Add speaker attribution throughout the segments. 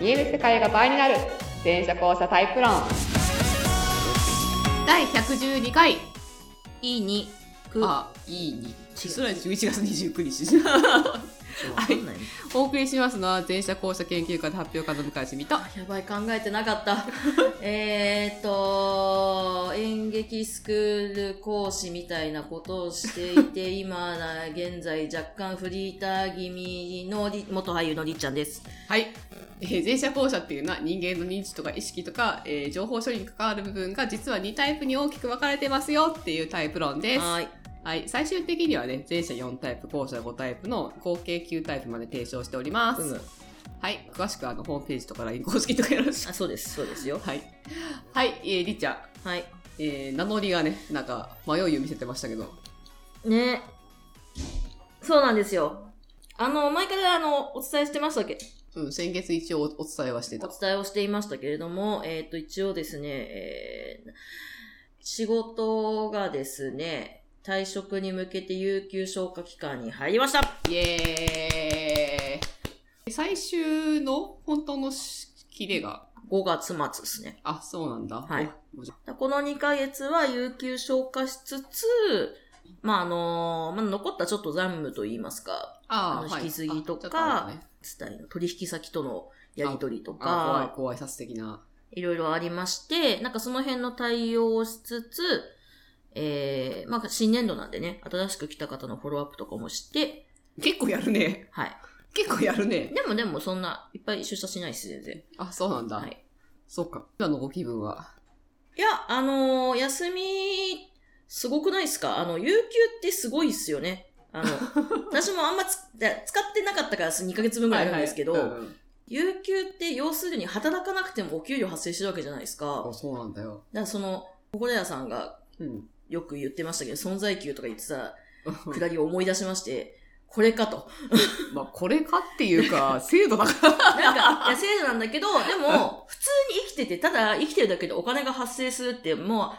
Speaker 1: 見える世界が倍になる電車交差タイプ論
Speaker 2: 第112回
Speaker 3: E2 く
Speaker 2: あ
Speaker 3: いいに
Speaker 2: それは11月29日
Speaker 3: はいない
Speaker 2: お送りしますのは全社校舎研究会で発表家の向井しみと
Speaker 3: あやばい考えてなかった えーっと演劇スクール講師みたいなことをしていて今現在若干フリーター気味のり元俳優のりっちゃんです
Speaker 2: はい、えー、前者後者っていうのは人間の認知とか意識とか、えー情報処理に関わる部分が実は2タイプに大きく分かれてますよっていうタイプ論です。
Speaker 3: はい
Speaker 2: はい、最終的にはね、前者4タイプ、後者5タイプの合計9タイプまで提唱しております。
Speaker 3: うむ
Speaker 2: はい、詳しくはあのホームページとか LINE 公式とかよろしく。
Speaker 3: あそうですそうですよ
Speaker 2: はい。はい、えー、りっちゃん、
Speaker 3: はい
Speaker 2: えー名乗りがね、なんか迷いを見せてましたけど。
Speaker 3: ねそうなんですよあの前からあのお伝えしてましたっけ
Speaker 2: うん、先月一応おお伝えはしてた。
Speaker 3: お伝えをしていましたけれども、えっ、と、一応ですね、えー仕事がですね、退職に向けて有給消化期間に入りました
Speaker 2: イエーイ最終の本当のキレが、
Speaker 3: !5 月末ですね。
Speaker 2: あ、そうなんだ。
Speaker 3: はい
Speaker 2: お。おじゃ
Speaker 3: この2ヶ月は有給消化しつつ、まあ、あのまあ、残ったちょっと残務といいますか、あ
Speaker 2: あ
Speaker 3: の
Speaker 2: ー、はい
Speaker 3: 引き継ぎと
Speaker 2: あちょ
Speaker 3: か
Speaker 2: っあるね
Speaker 3: 伝えの取引先とのやり取りと
Speaker 2: あ
Speaker 3: か、
Speaker 2: ー、ごあい、ご挨拶的な。
Speaker 3: いろいろありまして、なんかその辺の対応をしつつ、えー、まあ新年度なんでね、新しく来た方のフォローアップとかもして、
Speaker 2: 結構やるね。
Speaker 3: はい。
Speaker 2: 結構やるね。
Speaker 3: でもでもそんな、いっぱい出社しないし、全然。
Speaker 2: あ、そうなんだ。
Speaker 3: はい。
Speaker 2: そうか。今のご気分は。
Speaker 3: いや、あのー休み、すごくないですかあの、有給ってすごいっすよね。あ の、私もあんまつで使ってなかったから2ヶ月分ぐらいあるんですけど、
Speaker 2: はいはいうん
Speaker 3: 有給って要するに働かなくてもお給料発生してるわけじゃないですか。だ
Speaker 2: あ、
Speaker 3: か
Speaker 2: そうなんだよ。
Speaker 3: らその、小小寺さんが
Speaker 2: うん。
Speaker 3: よく言ってましたけど、存在給とか言ってたくだりを思い出しまして、これかと。
Speaker 2: まあ、これかっていうか、 制度だから。
Speaker 3: なん か、いや、制度なんだけど、でも、普通に生きてて、ただ生きてるだけでお金が発生するって、も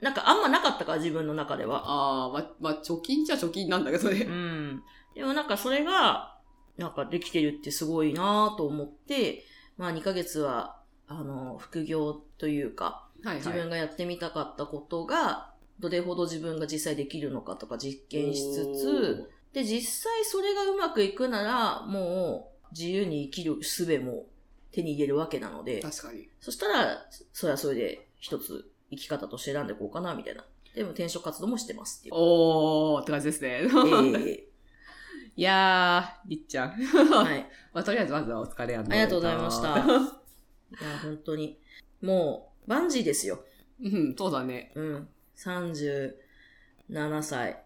Speaker 3: う、なんかあんまなかったから、自分の中では。
Speaker 2: ああ、まあ、まあ、貯金じゃ貯金なんだけど
Speaker 3: う
Speaker 2: ね。
Speaker 3: ん。でもなんかそれが、なんかできてるってすごいなぁと思って、まあ2ヶ月は、あの、副業というか、
Speaker 2: はい
Speaker 3: 自
Speaker 2: は
Speaker 3: 分
Speaker 2: い。
Speaker 3: がやってみたかったことが、どれほど自分が実際できるのかとか実験しつつ、で、実際それがうまくいくなら、もう自由に生きる術も手に入れるわけなの
Speaker 2: おー、
Speaker 3: で
Speaker 2: 確かに。
Speaker 3: そしたら、そそれはそれで一つ生き方として選んでいこうかな、みたいな。でも転職活動もしてますっていう。
Speaker 2: おーって感じですね。
Speaker 3: え
Speaker 2: いやー、りっちゃん。
Speaker 3: え はい。
Speaker 2: まあ、とりあえずまずはお疲れやん
Speaker 3: ありがとうございました。い。や、本当に。もう、バンジーですよ。
Speaker 2: うん、そうだね。
Speaker 3: うん。37歳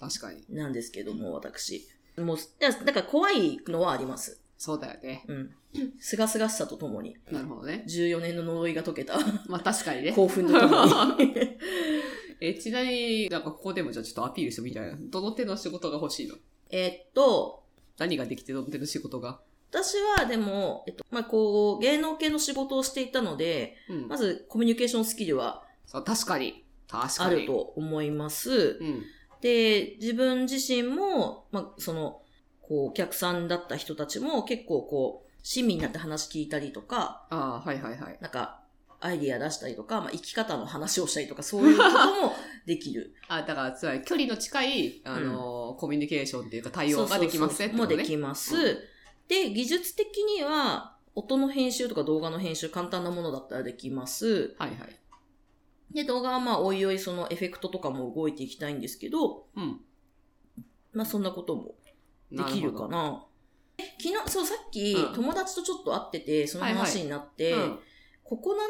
Speaker 2: 確かに。
Speaker 3: なんですけども、私。もう、いや、なんか怖いのはあります。
Speaker 2: そうだよね。
Speaker 3: うん。すがすがしさとともに、
Speaker 2: なるほどね。
Speaker 3: 14年の呪いが解けた。
Speaker 2: まあ、確かにね。
Speaker 3: 興奮とともに。
Speaker 2: え、ちなみになんかここでもじゃあちょっとアピールしてみたいな。どの手の仕事が欲しいの
Speaker 3: えっと、
Speaker 2: 何ができてどの手の仕事が
Speaker 3: 私はでも、えっと、まあ、こう、芸能系の仕事をしていたので、
Speaker 2: うん。
Speaker 3: まずコミュニケーションスキルは
Speaker 2: そう確かに。確か
Speaker 3: あ
Speaker 2: に。
Speaker 3: ると。思います
Speaker 2: う。ん。
Speaker 3: で、自分自身も、まあ、その、こう、お客さんだった人たちも結構こう、親身になって話聞いたりとか、
Speaker 2: ああ、はいはいはい。
Speaker 3: なんか、アイディア出したりとか、まあ、生き方の話をしたりとか、そういうこともできる。
Speaker 2: あだから、つまり距離の近い、あのーコミュニケーションっていうか対応ができますねって
Speaker 3: そうそうそうも
Speaker 2: こ
Speaker 3: う
Speaker 2: と
Speaker 3: で
Speaker 2: ね。
Speaker 3: きます。
Speaker 2: うん
Speaker 3: で、技術的には、音の編集とか動画の編集、簡単なものだったらできます。
Speaker 2: はいはい。
Speaker 3: で、動画はまあ、おいおいそのエフェクトとかも動いていきたいんですけど、
Speaker 2: うん。
Speaker 3: まあ、そんなこともできる
Speaker 2: な
Speaker 3: かな。え昨日、そう、さっき、
Speaker 2: うん
Speaker 3: 友達とちょっと会ってて、その
Speaker 2: はいはい
Speaker 3: 話になって、
Speaker 2: るほど。うん
Speaker 3: ここな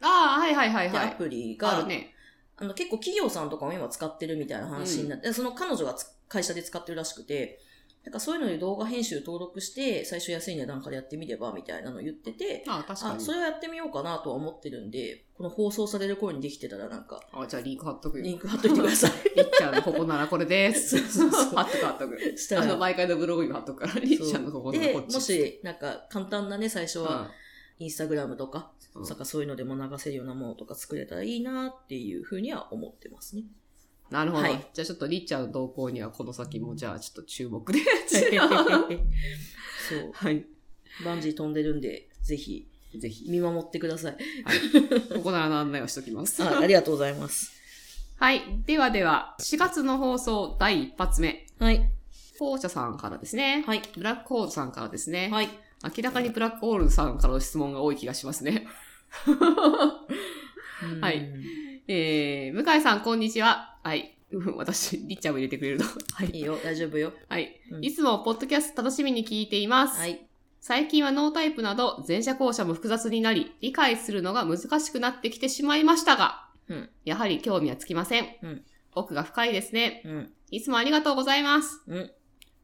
Speaker 2: ああ、はいはいはい
Speaker 3: らって
Speaker 2: はい。
Speaker 3: アプリが、
Speaker 2: あるね。
Speaker 3: あの結構企業さんとかも今使ってるみたいな話になって、その彼女がつ会社で使ってるらしくて、なんかそういうのに動画編集登録して、最初安い値段からやってみればみたいなの言ってて、
Speaker 2: ああ、確か
Speaker 3: あ、
Speaker 2: に
Speaker 3: そ。れはやってみようかなとは思ってるんで、この放送される頃にできてたらなんか、
Speaker 2: あじゃあリンク貼っとくよ。
Speaker 3: リンク貼っといてくださ
Speaker 2: りっちゃんのここならこれです。
Speaker 3: そうそうそう
Speaker 2: 貼っとく貼っとく。
Speaker 3: い。した
Speaker 2: あ
Speaker 3: ら
Speaker 2: の、毎回のブログにも貼っとくから、りっちゃんのここなら
Speaker 3: で、
Speaker 2: こっ
Speaker 3: も
Speaker 2: ち。
Speaker 3: し、なんか簡単なね、最初
Speaker 2: うん、
Speaker 3: は、インスタグラムとか、
Speaker 2: うん
Speaker 3: なんかそういうのでも流せるようなものとか作れたらいいなっていうふうには思ってますね。
Speaker 2: なるほど。
Speaker 3: はい
Speaker 2: じゃあちょっとりっちゃんの動 向にはこの先も、じゃあちょっと注目で。
Speaker 3: そう。
Speaker 2: はい。
Speaker 3: バンジー飛んでるんで、ぜひ
Speaker 2: ぜひ。
Speaker 3: 見守ってくだ さい。
Speaker 2: ここならの案内をしておきます。
Speaker 3: あありがとうございます。
Speaker 2: はい。ではでは、4月の放送第1発目。
Speaker 3: はい。
Speaker 2: 校舎さんからですね。
Speaker 3: はい。
Speaker 2: ブラックホールさんからですね。
Speaker 3: はい。
Speaker 2: 明らかにブラックホールさんからの質問が多い気がしますね。 はい
Speaker 3: うん。
Speaker 2: えー、向井さん、こんにちは。はい。 うん私、りっちゃんも入れてくれるの。はいい。
Speaker 3: いよ、大丈夫よ。
Speaker 2: はい。
Speaker 3: うん
Speaker 2: いつも、ポッドキャスト楽しみに聞いています。
Speaker 3: はい。
Speaker 2: 最近はノータイプなど、前者後者も複雑になり、理解するのが難しくなってきてしまいましたが、
Speaker 3: うん
Speaker 2: やはり興味はつきません。
Speaker 3: うん
Speaker 2: 奥が深いですね。
Speaker 3: うん。
Speaker 2: いつもありがとうございます。
Speaker 3: うん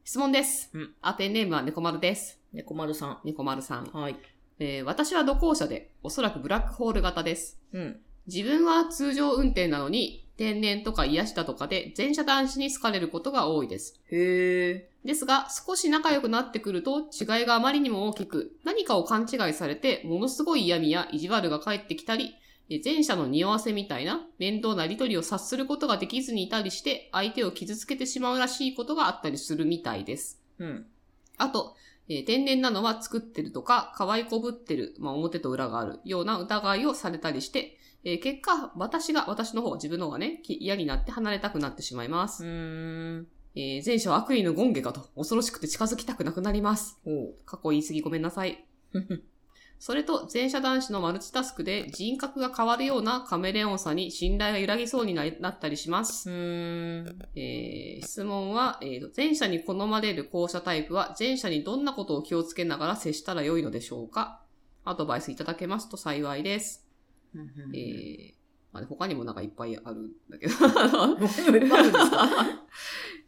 Speaker 2: 質問です。
Speaker 3: うん
Speaker 2: アペンネームは猫丸です。
Speaker 3: 猫丸さん。
Speaker 2: 猫丸さん。
Speaker 3: はい。
Speaker 2: えー私は土校舎で、おそらくブラックホール型です。
Speaker 3: うん。
Speaker 2: 自分は通常運転なのに、天然とか癒しだとかで、全車男子に好かれることが多いです。
Speaker 3: へえ。
Speaker 2: ですが、少し仲良くなってくると、違いがあまりにも大きく、何かを勘違いされて、ものすごい嫌味や意地悪が返ってきたり、えー前者の匂わせみたいな、面倒なやり取りを察することができずにいたりして、相手を傷つけてしまうらしいことがあったりするみたいです。
Speaker 3: うん。
Speaker 2: あと、えー天然なのは作ってるとか、可愛いこぶってる、まあ、表と裏があるような疑いをされたりして、えー結果、私が、私の方、自分の方がね、き嫌になって離れたくなってしまいま
Speaker 3: う
Speaker 2: す。
Speaker 3: ーん。
Speaker 2: えー前者は悪意の権下かと、恐ろしくて近づきたくなくなります。
Speaker 3: おう。
Speaker 2: 過去言い過ぎごめんなさい。それと、前者男子のマルチタスクで人格が変わるようなカメレオンさに信頼が揺らぎそうにななったりします。
Speaker 3: うーん。
Speaker 2: えー質問は、えーと前者に好まれる校舎タイプは、前者にどんなことを気をつけながら接したら良いのでしょうかアドバイスいただけますと幸いです。えーまあね他にもなんかいっぱいあるんだけど。
Speaker 3: いっぱいあるんですか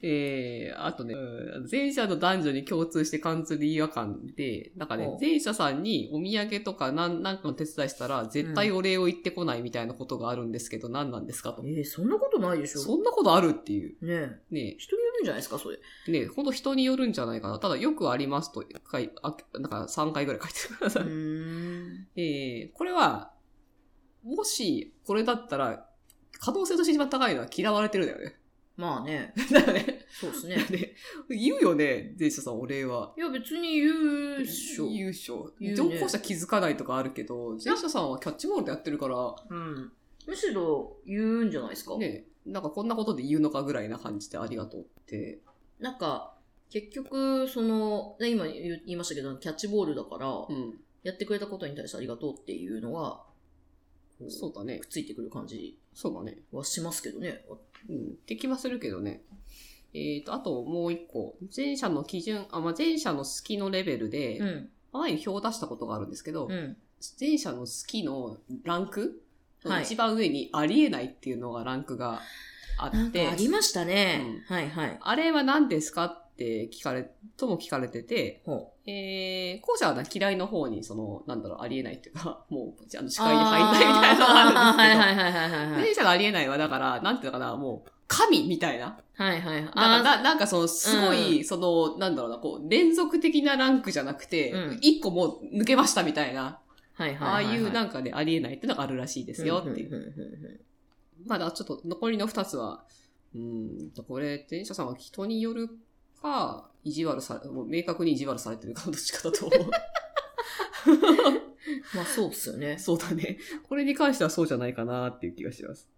Speaker 2: えーあとね、うん前者の男女に共通して感じる違和感で、なんかね
Speaker 3: ほう、
Speaker 2: 前者さんにお土産とかなんなんかの手伝いしたら、絶対お礼を言ってこないみたいなことがあるんですけど、何なんですかと
Speaker 3: え。ー、そんなことないでしょ
Speaker 2: そんなことあるっていう。
Speaker 3: ねえ。
Speaker 2: ねえ
Speaker 3: 人によるんじゃないですか、それ。
Speaker 2: ね、ほんと人によるんじゃないかな。ただ、よくありますと、かいあなんか3回ぐらい書いてください。
Speaker 3: ん。
Speaker 2: えーこれは、もし、これだったら、可能性として一番高いのは嫌われてるだよね。
Speaker 3: まあね。
Speaker 2: だよ ね。
Speaker 3: そうです
Speaker 2: だ
Speaker 3: ね
Speaker 2: よ。ね言うよね、前者さん、お礼は。
Speaker 3: いや、別に言うっしょ。
Speaker 2: 優勝。
Speaker 3: 言うね
Speaker 2: 情報者気づかないとかあるけど、前者さんはキャッチボールでやってるから、
Speaker 3: うん。むしろ言うんじゃないですか。
Speaker 2: ね、なんかこんなことで言うのかぐらいな感じでありがとうって。
Speaker 3: なんか、結局、その、ね今言う言いましたけど、キャッチボールだから、
Speaker 2: うん。
Speaker 3: やってくれたことに対してありがとうっていうのが、こう
Speaker 2: そうだね
Speaker 3: くっ。ついてくる感じ
Speaker 2: そうだね。
Speaker 3: はしますけどね。
Speaker 2: うん、って気はするけどね。えっ、と、あともう一個。前者の基準、あ、まあ、前者の好きのレベルで、
Speaker 3: うん。
Speaker 2: 前に表を出したことがあるんですけど、
Speaker 3: うん。
Speaker 2: 前者の好きのランク、
Speaker 3: はい
Speaker 2: 一番上にありえないっていうのがランクがあ
Speaker 3: なん
Speaker 2: って、
Speaker 3: かありましたね。はいはい。
Speaker 2: あれは何ですかって聞かれ、とも聞かれてて、
Speaker 3: ほ
Speaker 2: えー、後者はな嫌いの方に、その、なんだろう、ありえないっていうか、 もう、あの、視
Speaker 3: う。
Speaker 2: 界に入ったみたいなのがあるんですけど、
Speaker 3: あーはいはいはいはいはいはい。
Speaker 2: 前者のありえないは、だから、なんていうのかな、もう、神みたいな。
Speaker 3: はいはいは
Speaker 2: な
Speaker 3: い。
Speaker 2: ん
Speaker 3: あ
Speaker 2: かななんかその、すごい、その、なんだろうな、こう、連続的なランクじゃなくて
Speaker 3: うん、
Speaker 2: 一、個もう抜けましたみたいな、
Speaker 3: ーはい
Speaker 2: あ
Speaker 3: は
Speaker 2: あ
Speaker 3: いはいいは
Speaker 2: う
Speaker 3: い。
Speaker 2: なんんかね、ありえないってのがあるらしいで
Speaker 3: です
Speaker 2: よっていう。
Speaker 3: う。
Speaker 2: まだちょっと残りの二つは、うーん、これ、電車さんは人によるか、意地悪され、もう明確に意地悪されてるかのどっちかだと思う。
Speaker 3: まあそうっすよね。
Speaker 2: そうだね。これに関してはそうじゃないかなっていう気がします。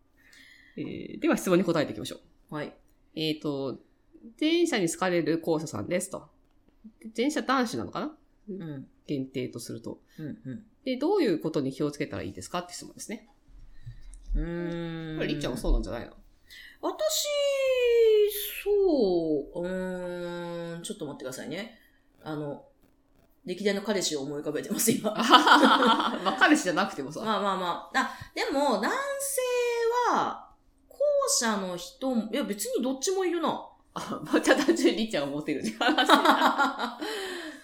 Speaker 2: えー、では質問に答えていきましょう。
Speaker 3: はい。
Speaker 2: えっ、と、前者に好かれる校舎さんですと。前者男子なのかな
Speaker 3: うん。うん
Speaker 2: 限定とすると。
Speaker 3: うん。
Speaker 2: で、どういうことに気をつけたらいいですかって質問ですね。
Speaker 3: うーん。
Speaker 2: これ、りっちゃんもそうなんじゃ ないの
Speaker 3: 私、そう、うーん、ちょっと待ってくださいね。あの、歴代の彼氏を思い浮かべてます、今。まあ
Speaker 2: まあ、彼氏じゃなくてもさ。
Speaker 3: まあまあ。あ、でも、男性は、後者の人も、いや別にどっちもいるな。
Speaker 2: あ、また単純にりっちゃんをモテるね。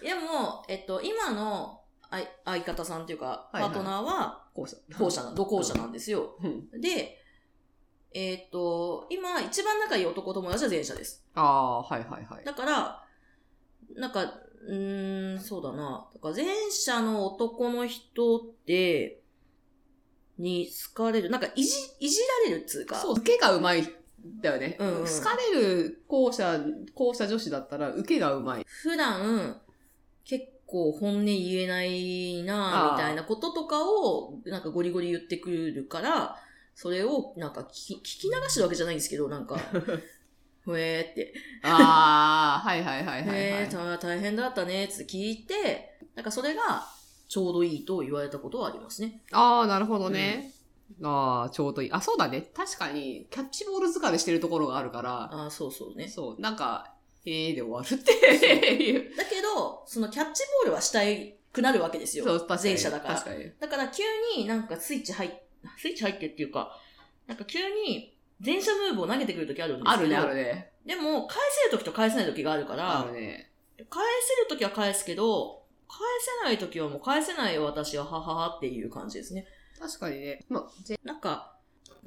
Speaker 3: いやもう、えっと、今のあい相方さんっていう
Speaker 2: は
Speaker 3: か、
Speaker 2: いはい
Speaker 3: パートナーは、
Speaker 2: 校舎。
Speaker 3: 後者な、同後者なんですよ。
Speaker 2: うん。
Speaker 3: で、えっと、今、一番仲いい男友達は前者です。
Speaker 2: ああ、はいはいはい。
Speaker 3: だから、なんか、うーん、そうだな。だから前者の男の人って、に好かれる。なんか、いじ、いじられるっつうか。
Speaker 2: そう、受けがうまいんだよね。
Speaker 3: うんうん
Speaker 2: 好かれる校舎、校舎女子だったら受けがうまい。
Speaker 3: 普段、結構本音言えない
Speaker 2: あー
Speaker 3: なぁみたいなこととかを、なんかゴリゴリ言ってくるから、それをなんか聞き聞き流してるわけじゃないんですけど、な んか、ふえーって、
Speaker 2: ああ、はいはいはいはい、は
Speaker 3: へえ
Speaker 2: い。
Speaker 3: た大変だったねって聞いて、なんかそれがちょうどいいと言われたことはありますね。
Speaker 2: ああ、なるほどね。ああ、ちょうどいい。あ、そうだね。確かに、キャッチボール疲れしてるところがあるから、
Speaker 3: ああ、そうそうね。
Speaker 2: そう、なんか、へえで終わるっていう。
Speaker 3: だけど、そのキャッチボールはしたいくなるわけですよ。
Speaker 2: そう、確かに。
Speaker 3: 前者だから
Speaker 2: 確かに。
Speaker 3: だから急になんかスイッチ入っ、スイッチ入ってっていうか、なんか急に前者ムーブを投げてくるときあるんです
Speaker 2: あ
Speaker 3: けど。
Speaker 2: るね、あるね。
Speaker 3: でも、返せるときと返せないときがあるから、
Speaker 2: あるね。
Speaker 3: 返せるときは返すけど、返せないときはもう返せない私ははははっていう感じですね。
Speaker 2: 確かにね。まあ、ぜ
Speaker 3: なんか、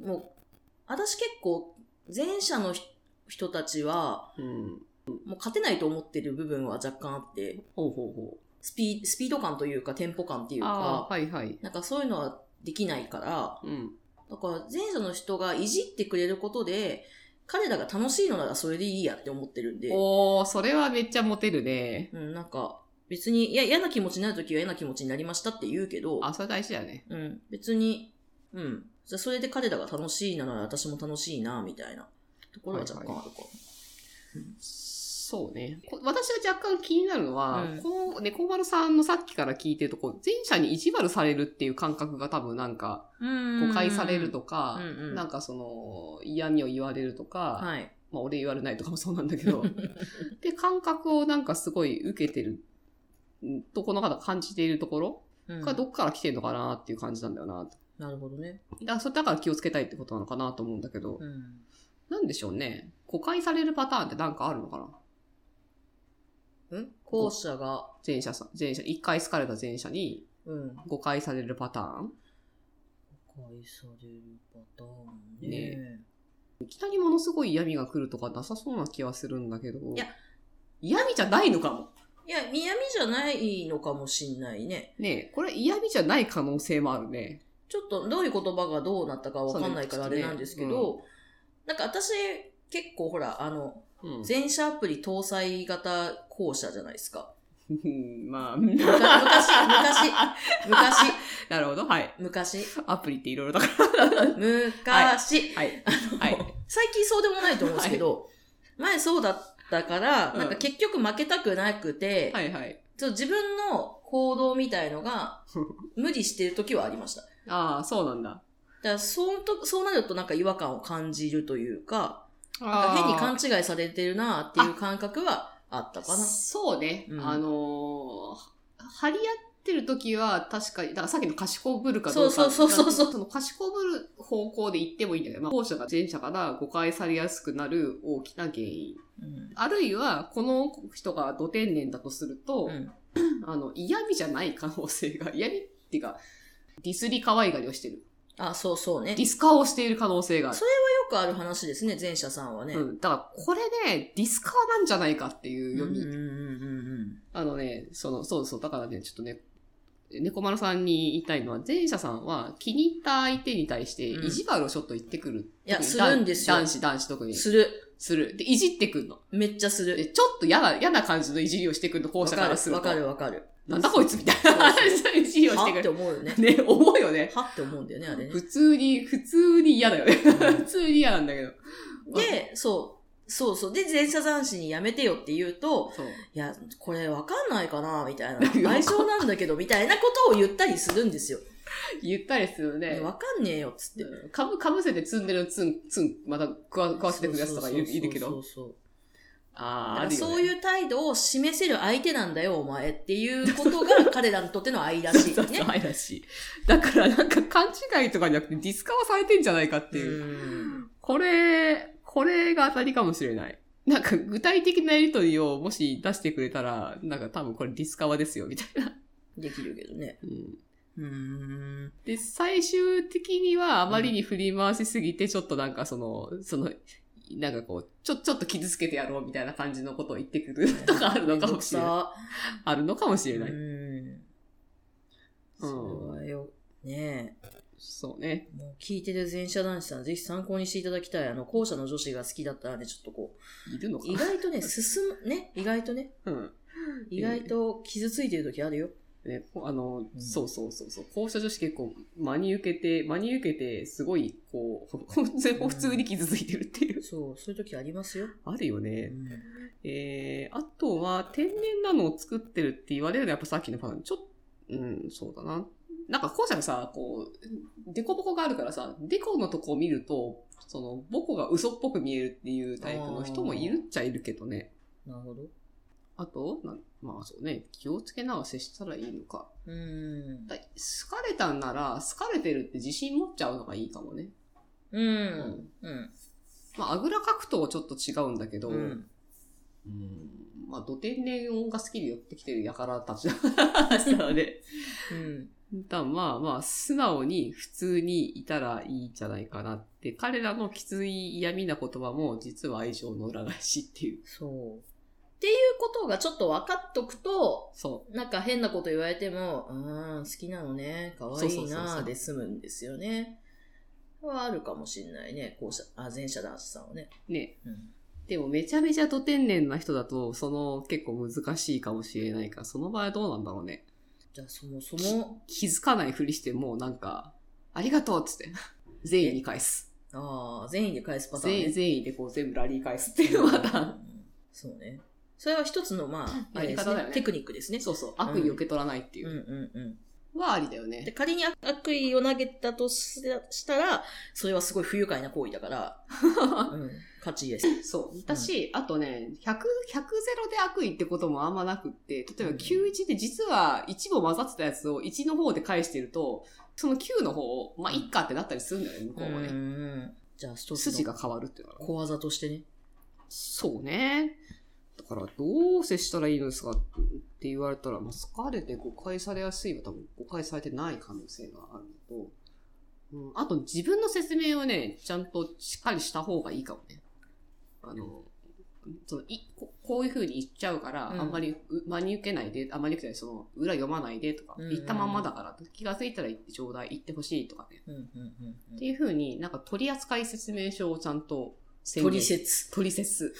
Speaker 3: もう、私結構、前者のひ人たちは、
Speaker 2: うん。
Speaker 3: もう勝てないと思ってる部分は若干あって、
Speaker 2: ほうほうほ
Speaker 3: スピスピード感というか、テンポ感っていう
Speaker 2: う。ああ
Speaker 3: か、
Speaker 2: ー、はいはい。
Speaker 3: なんかそういうのはできないから、
Speaker 2: うん。
Speaker 3: だから前者の人がいじってくれることで、彼らが楽しいのならそれでいいやって思ってるんで、
Speaker 2: おー、それはめっちゃモテるね。
Speaker 3: うん、なんか別に、いや、嫌な気持ちになるときは嫌な気持ちになりましたって言うけど、
Speaker 2: あ、それ大事だね。
Speaker 3: うん、別に、うん、じゃあそれで彼らが楽しいなら私も楽しいな、みたいなところは若干あるか。
Speaker 2: はいそうね。こ私が若干気になるのは、
Speaker 3: うん
Speaker 2: こう、猫丸さんのさっきから聞いてるとこ、前者に意地悪されるっていう感覚が多分なんか、
Speaker 3: うん
Speaker 2: 誤解されるとか、
Speaker 3: うんうん
Speaker 2: なんかその、嫌味を言われるとか、
Speaker 3: はい。
Speaker 2: まあ俺言われないとかもそうなんだけ ど、で、感覚をなんかすごい受けてる、んとこの方が感じているところ
Speaker 3: うん
Speaker 2: がどっから来てるのかなっていう感じなんだよな。
Speaker 3: なるほどね。
Speaker 2: だからそれだから気をつけたいってことなのかなと思うんだけど、
Speaker 3: うん。
Speaker 2: なんでしょうね。誤解されるパターンってなんかあるのかな
Speaker 3: うん後者が、
Speaker 2: 前者さん、前者、一回好かれた前者に
Speaker 3: うん。
Speaker 2: 誤解されるパターン
Speaker 3: 誤解されるパター
Speaker 2: ね
Speaker 3: ンね
Speaker 2: いきなりものすごい嫌味が来るとかなさそうな気はするんだけど。
Speaker 3: いや
Speaker 2: 嫌味じゃないのかも。
Speaker 3: いや、嫌味じゃないのかもしんないね。
Speaker 2: ねえ、これ嫌味じゃない可能性もあるね。
Speaker 3: ちょっとどういう言葉がどうなったかわかんないからあ
Speaker 2: そうね
Speaker 3: れなんですけど、なんか私結構ほら、あの、
Speaker 2: うん。
Speaker 3: 全社アプリ搭載型校舎じゃないで すか。
Speaker 2: まあ、
Speaker 3: 昔、昔、昔、
Speaker 2: なるほど。はい。
Speaker 3: 昔、
Speaker 2: アプリっていろいろだから。
Speaker 3: 昔、
Speaker 2: はい。
Speaker 3: あの
Speaker 2: はい
Speaker 3: 最近そうでもないと思うんですけど、前そうだったから、
Speaker 2: うん
Speaker 3: なんか結局負けたくなくて、
Speaker 2: はいはい。
Speaker 3: ちょっと自分の行動みたいの が無理してる時はありました。
Speaker 2: ああ、そうなんだ。
Speaker 3: だからそうと、そうなるとなんか違和感を感じるというか、なんか変に勘違いされてるなっていう感覚はあったかな。
Speaker 2: そうね。
Speaker 3: うん
Speaker 2: あのー張り合ってる時は確かに、だからさっきの賢ぶるかど
Speaker 3: そうう
Speaker 2: か。
Speaker 3: そうそうそうそう
Speaker 2: その賢ぶる方向で言ってもいいんだけど、まあ、後者が前者から誤解されやすくなる大きな原因。
Speaker 3: うん
Speaker 2: あるいは、この人が土天然だとすると、
Speaker 3: うん
Speaker 2: あの、嫌味じゃない可能性が、嫌味っていうか、ディスり可愛がりをしてる。
Speaker 3: あ、そうそうね。
Speaker 2: ディ
Speaker 3: よ
Speaker 2: スカーをしている可能性がある。
Speaker 3: くある話ですね、前者さんはね。
Speaker 2: うん。だから、これね、ディスカーなんじゃないかっていう読み。
Speaker 3: うんうんうんうん
Speaker 2: あのね、その、そうそう、だからね、ちょっとね、猫丸さんに言いたいのは、前者さんは気に入った相手に対して、
Speaker 3: うん
Speaker 2: 意地悪をちょっと言ってくる。
Speaker 3: いや
Speaker 2: 特に
Speaker 3: するんですよ
Speaker 2: 男子、男子特
Speaker 3: うん
Speaker 2: に。
Speaker 3: する。
Speaker 2: する。で、いじってくんの。
Speaker 3: めっちゃす
Speaker 2: で、
Speaker 3: る。
Speaker 2: ちょっと嫌な、嫌な感じのいじりをしてくるの、後
Speaker 3: わ
Speaker 2: 者
Speaker 3: か
Speaker 2: からす
Speaker 3: る、
Speaker 2: る
Speaker 3: わ
Speaker 2: と。
Speaker 3: かる、わかる。
Speaker 2: なんだこいつみたいな
Speaker 3: そうそ
Speaker 2: いじりをし
Speaker 3: は
Speaker 2: て
Speaker 3: っ
Speaker 2: く
Speaker 3: て
Speaker 2: る。
Speaker 3: 思うよね。
Speaker 2: ね、思うよね。
Speaker 3: はって思うんだよね、あれね。
Speaker 2: 普通に、普通に嫌だよね。 普通に嫌なんだけど。
Speaker 3: で、そう。そうそう。で、前者男子にやめてよって言うと、
Speaker 2: そう。
Speaker 3: いや、これわかんないかな、みたいな。
Speaker 2: いや
Speaker 3: 相性なんだけど、みたいなことを言ったりするんですよ。
Speaker 2: 言ったりするね。
Speaker 3: わかんねえよ、っつって。
Speaker 2: うんかぶ、かぶせて積んでるツン、ツン、また食わ食わせてくるやつとかいるいるけ
Speaker 3: そ
Speaker 2: ど
Speaker 3: う。そうそう
Speaker 2: ああ、あ
Speaker 3: だから
Speaker 2: るよ、ね。
Speaker 3: そういう態度を示せる相手なんだよ、お前っていうことが彼らにとっての愛らしい
Speaker 2: そうそう
Speaker 3: ね。
Speaker 2: 愛らしい。だからなんか勘違いとかじゃなくてディスカはされてんじゃないかっていう。
Speaker 3: うん
Speaker 2: これ、これが当たりかもしれない。なんか具体的なやりとりをもし出してくれたら、なんか多分これディスカワですよ、みたいな。
Speaker 3: できるけどね。
Speaker 2: うん
Speaker 3: うん。
Speaker 2: で、最終的にはあまりに振り回しすぎて、ちょっとなんかその、その、なんかこう、ちょ、ちょっと傷つけてやろうみたいな感じのことを言ってくるとかあるのかもしれない。
Speaker 3: さ
Speaker 2: あるのかもし
Speaker 3: う
Speaker 2: れない。
Speaker 3: ん。それはよ、ねえ。
Speaker 2: そうね。
Speaker 3: もう聞いてる前者男子さん、ぜひ参考にしていただきたい。あの、後者の女子が好きだったらね、ちょっとこう、
Speaker 2: いるのか
Speaker 3: 意
Speaker 2: な
Speaker 3: 外とね、進む、ね、意外とね、
Speaker 2: うん。
Speaker 3: 意外と傷ついてる時あるよ。
Speaker 2: ね、こあの、
Speaker 3: うん
Speaker 2: そうそうそうそう。校舎女子結構真に受けて、真に受けて、すごい、こ う、全部普通に傷ついてるっていう。
Speaker 3: そう、そういう時ありますよ。
Speaker 2: あるよ
Speaker 3: う
Speaker 2: ね。
Speaker 3: ん
Speaker 2: えー、あとは、天然なのを作ってるって言われるのはやっぱさっきのパターン。ちょっうん、そうだな。なんか校舎がさ、こう、デコボコがあるからさ、デコのとこを見ると、その、ボコが嘘っぽく見えるっていうタイプの人もいるっちゃいるけどね。
Speaker 3: なるほど。
Speaker 2: あと、なまあそうね、気をつけながら接したらいいのか。
Speaker 3: うん。
Speaker 2: だ好かれたんなら、好かれてるって自信持っちゃうのがいいかもね。
Speaker 3: うん。うん。
Speaker 2: まあ、あぐらかくとはちょっと違うんだけど、
Speaker 3: う
Speaker 2: うん
Speaker 3: ん。
Speaker 2: まあ、土天然音が好きで寄ってきてる輩たち の話なので、
Speaker 3: うん。
Speaker 2: だまあまあ、素直に普通にいたらいいんじゃないかなって、彼らのきつい嫌味な言葉も実は愛情の裏返しっていう。
Speaker 3: そう。っていうことがちょっと分かっとくと、
Speaker 2: そ
Speaker 3: なんか変なこと言われても、うん、好きなのね、可愛
Speaker 2: そう
Speaker 3: い
Speaker 2: そうそうそ
Speaker 3: な
Speaker 2: う
Speaker 3: で済むんですよね。はあるかもしんないね、後者、あ、前者男子さんはね。
Speaker 2: う。ね。
Speaker 3: うん。
Speaker 2: でもめちゃめちゃ土天然な人だと、その結構難しいかもしれないから、その場合はどうなんだろうね。
Speaker 3: じゃあそもそ も、
Speaker 2: 気づかないふりして、もうなんか、ありがとうっつっ て、善意に返す。
Speaker 3: ああ、善意で返すパターン、ね。
Speaker 2: 善意、善意でこう全部ラリー返すっていうパターン。
Speaker 3: うんそうね。それは一つの、ま あ、
Speaker 2: やり方だよね
Speaker 3: あれですテクニックですね。
Speaker 2: そうそう、悪意を受け取らないっていうう。
Speaker 3: んうんうん。
Speaker 2: はありだよ
Speaker 3: で、
Speaker 2: ね。
Speaker 3: 仮に悪悪意を投げたとししたら、それはすごい不愉快な行為 だから、うん、勝ちです。
Speaker 2: そう。だし、あとね、100、100ゼロで悪意ってこともあんまなくって、例えば
Speaker 3: うん
Speaker 2: 91で実は1も混ざってたやつを1の方で返してると、その9の方を、まあ、いっかってなったりするんだよね、向こうは
Speaker 3: う
Speaker 2: ね。
Speaker 3: んじゃあ、一つ
Speaker 2: 筋
Speaker 3: の
Speaker 2: が変わるっていうのは。
Speaker 3: 小技としてね。
Speaker 2: そうね。だから、どう接したらいいのですかって言われたら、まあ、好かれて誤解されやすいは多分誤解されてない可能性があるのと、うん、あと自分の説明をね、ちゃんとしっかりした方がいいかもね。あの、そのいここういう風に言っちゃうから、
Speaker 3: うん
Speaker 2: あんまりう真に受けないで、あんまり受けない、その、裏読まないでとか、
Speaker 3: うん
Speaker 2: 言ったまんまだから、気がついたら言ってちょうだい、言ってほしいとかね。
Speaker 3: うんうんう
Speaker 2: っ
Speaker 3: ん
Speaker 2: ていう風に、なんか取扱説明書をちゃんと宣
Speaker 3: 取
Speaker 2: 言
Speaker 3: 説。
Speaker 2: トリセツ。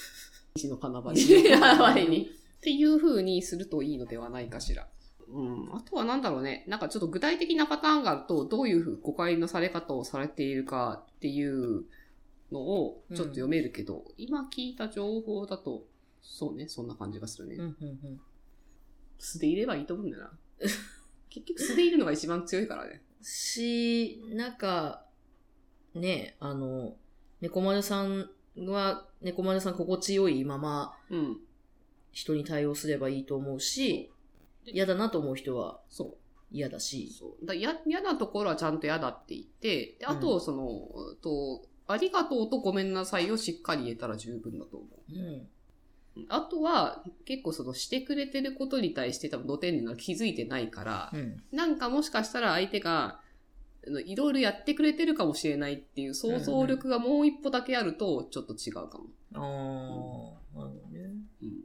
Speaker 2: 西の金張
Speaker 3: 西
Speaker 2: り。
Speaker 3: の金張りに
Speaker 2: に。っていう風にするといいのではないかしら。うん。あとはなんだろうね。なんかちょっと具体的なパターンがあると、どういうふう誤解のされ方をされているかっていうのをちょっと読めるけど、今聞いた情報だと、そうね、そんな感じがする
Speaker 3: う
Speaker 2: ね。
Speaker 3: んうんうん
Speaker 2: 素でいればいいと思うんだよな。 結局素でいるのが一番強いからね。
Speaker 3: し、なんか、ね、あの、猫丸さんは、猫丸さん心地よいまま、
Speaker 2: うん。
Speaker 3: 人に対応すればいいと思うし、嫌だなと思う人は
Speaker 2: そう。
Speaker 3: 嫌だし。
Speaker 2: そうだや嫌なところはちゃんと嫌だって言って、であと、その、うんと、ありがとうとごめんなさいをしっかり言えたら十分だと思う。
Speaker 3: うん。
Speaker 2: あとは、結構その、してくれてることに対して多分、土天然が気づいてないから
Speaker 3: う、ん。
Speaker 2: なんかもしかしたら相手が、あのいろいろやってくれてるかもしれないっていう想像力がもう一歩だけあると、ちょっと違うかも。
Speaker 3: ああ、なるほどね。
Speaker 2: うん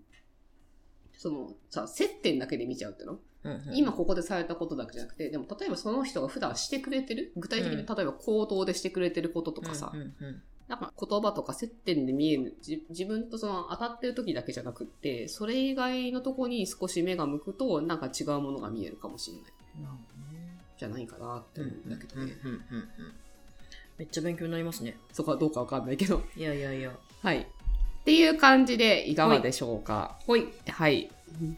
Speaker 2: その、さ、接点だけで見ちゃうっての
Speaker 3: うんうん
Speaker 2: 今、ここでされたことだけじゃなくて、でも例えばその人が普段してくれてる、具体的
Speaker 3: うん
Speaker 2: に例えば行動でしてくれてることとかさ、
Speaker 3: うんうんうん
Speaker 2: なんか言葉とか接点で見える、じ自分とその当たってる時だけじゃなくって、それ以外のとこに少し目が向くと、なんか違うものが見えるかもしれない。
Speaker 3: なるほどね
Speaker 2: じゃないかなって思うんだけどね。
Speaker 3: うんうんうんうんめっちゃ勉強になりますね。
Speaker 2: そこはどうかわかんないけど。
Speaker 3: いやいやいや。
Speaker 2: はい。っていう感じでいかがでしょうか。
Speaker 3: ほい。
Speaker 2: はい。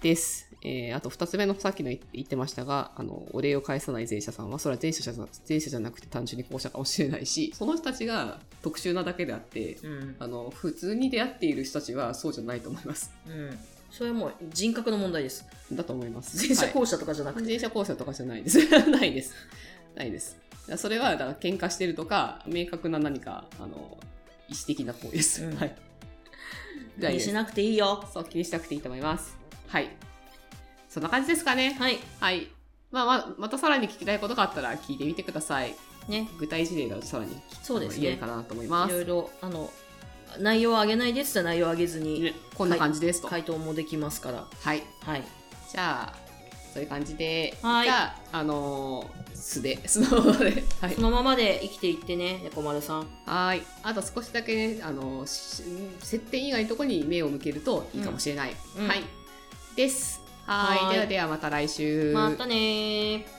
Speaker 2: です。えー、あと二つ目のさっきの言言ってましたが、あの、お礼を返さない前者さんは、それは前者じゃ前者じゃなくて単純に後者かもしれないし、 その人たちが特殊なだけであって、
Speaker 3: うん。
Speaker 2: あの、普通に出会っている人たちはそうじゃないと思います。
Speaker 3: うん。それはもう人格の問題です。
Speaker 2: だと思います。
Speaker 3: 前者
Speaker 2: は
Speaker 3: 後者とかじゃなく
Speaker 2: い
Speaker 3: て。
Speaker 2: 前者後者とかじゃないです。 ないです。ないです。だからそれは、だから喧嘩してるとか、明確な何か、あの、意思的な行為です。
Speaker 3: うん
Speaker 2: はい。じゃあいい
Speaker 3: 気に
Speaker 2: で
Speaker 3: し
Speaker 2: す
Speaker 3: なくていいよ。
Speaker 2: そう、気にしなくていいと思います。はい。そんな感じですかね。
Speaker 3: はい。
Speaker 2: はい。まあ、ままたさらに聞きたいことがあったら聞いてみてください。
Speaker 3: ね。
Speaker 2: 具体事例がさらに
Speaker 3: そうです
Speaker 2: 言える
Speaker 3: ね
Speaker 2: か。なと思いま
Speaker 3: いろ
Speaker 2: す。
Speaker 3: いろ、あの、内容を上げないですと内容を上げずに、
Speaker 2: ねこんな感じですと。はい。
Speaker 3: 回答もできますから。はい。
Speaker 2: じゃあ、そういう感じで、
Speaker 3: はい
Speaker 2: じゃあ、あのー素で、 素のままで。はい
Speaker 3: そ。のままで生きていってね、猫丸さん。
Speaker 2: はい。あと少しだけね、あのーし接点以外のところに目を向けるといいかもしれない。
Speaker 3: うん
Speaker 2: はい。です。はい。
Speaker 3: はい
Speaker 2: ではではまた来週。
Speaker 3: またねー。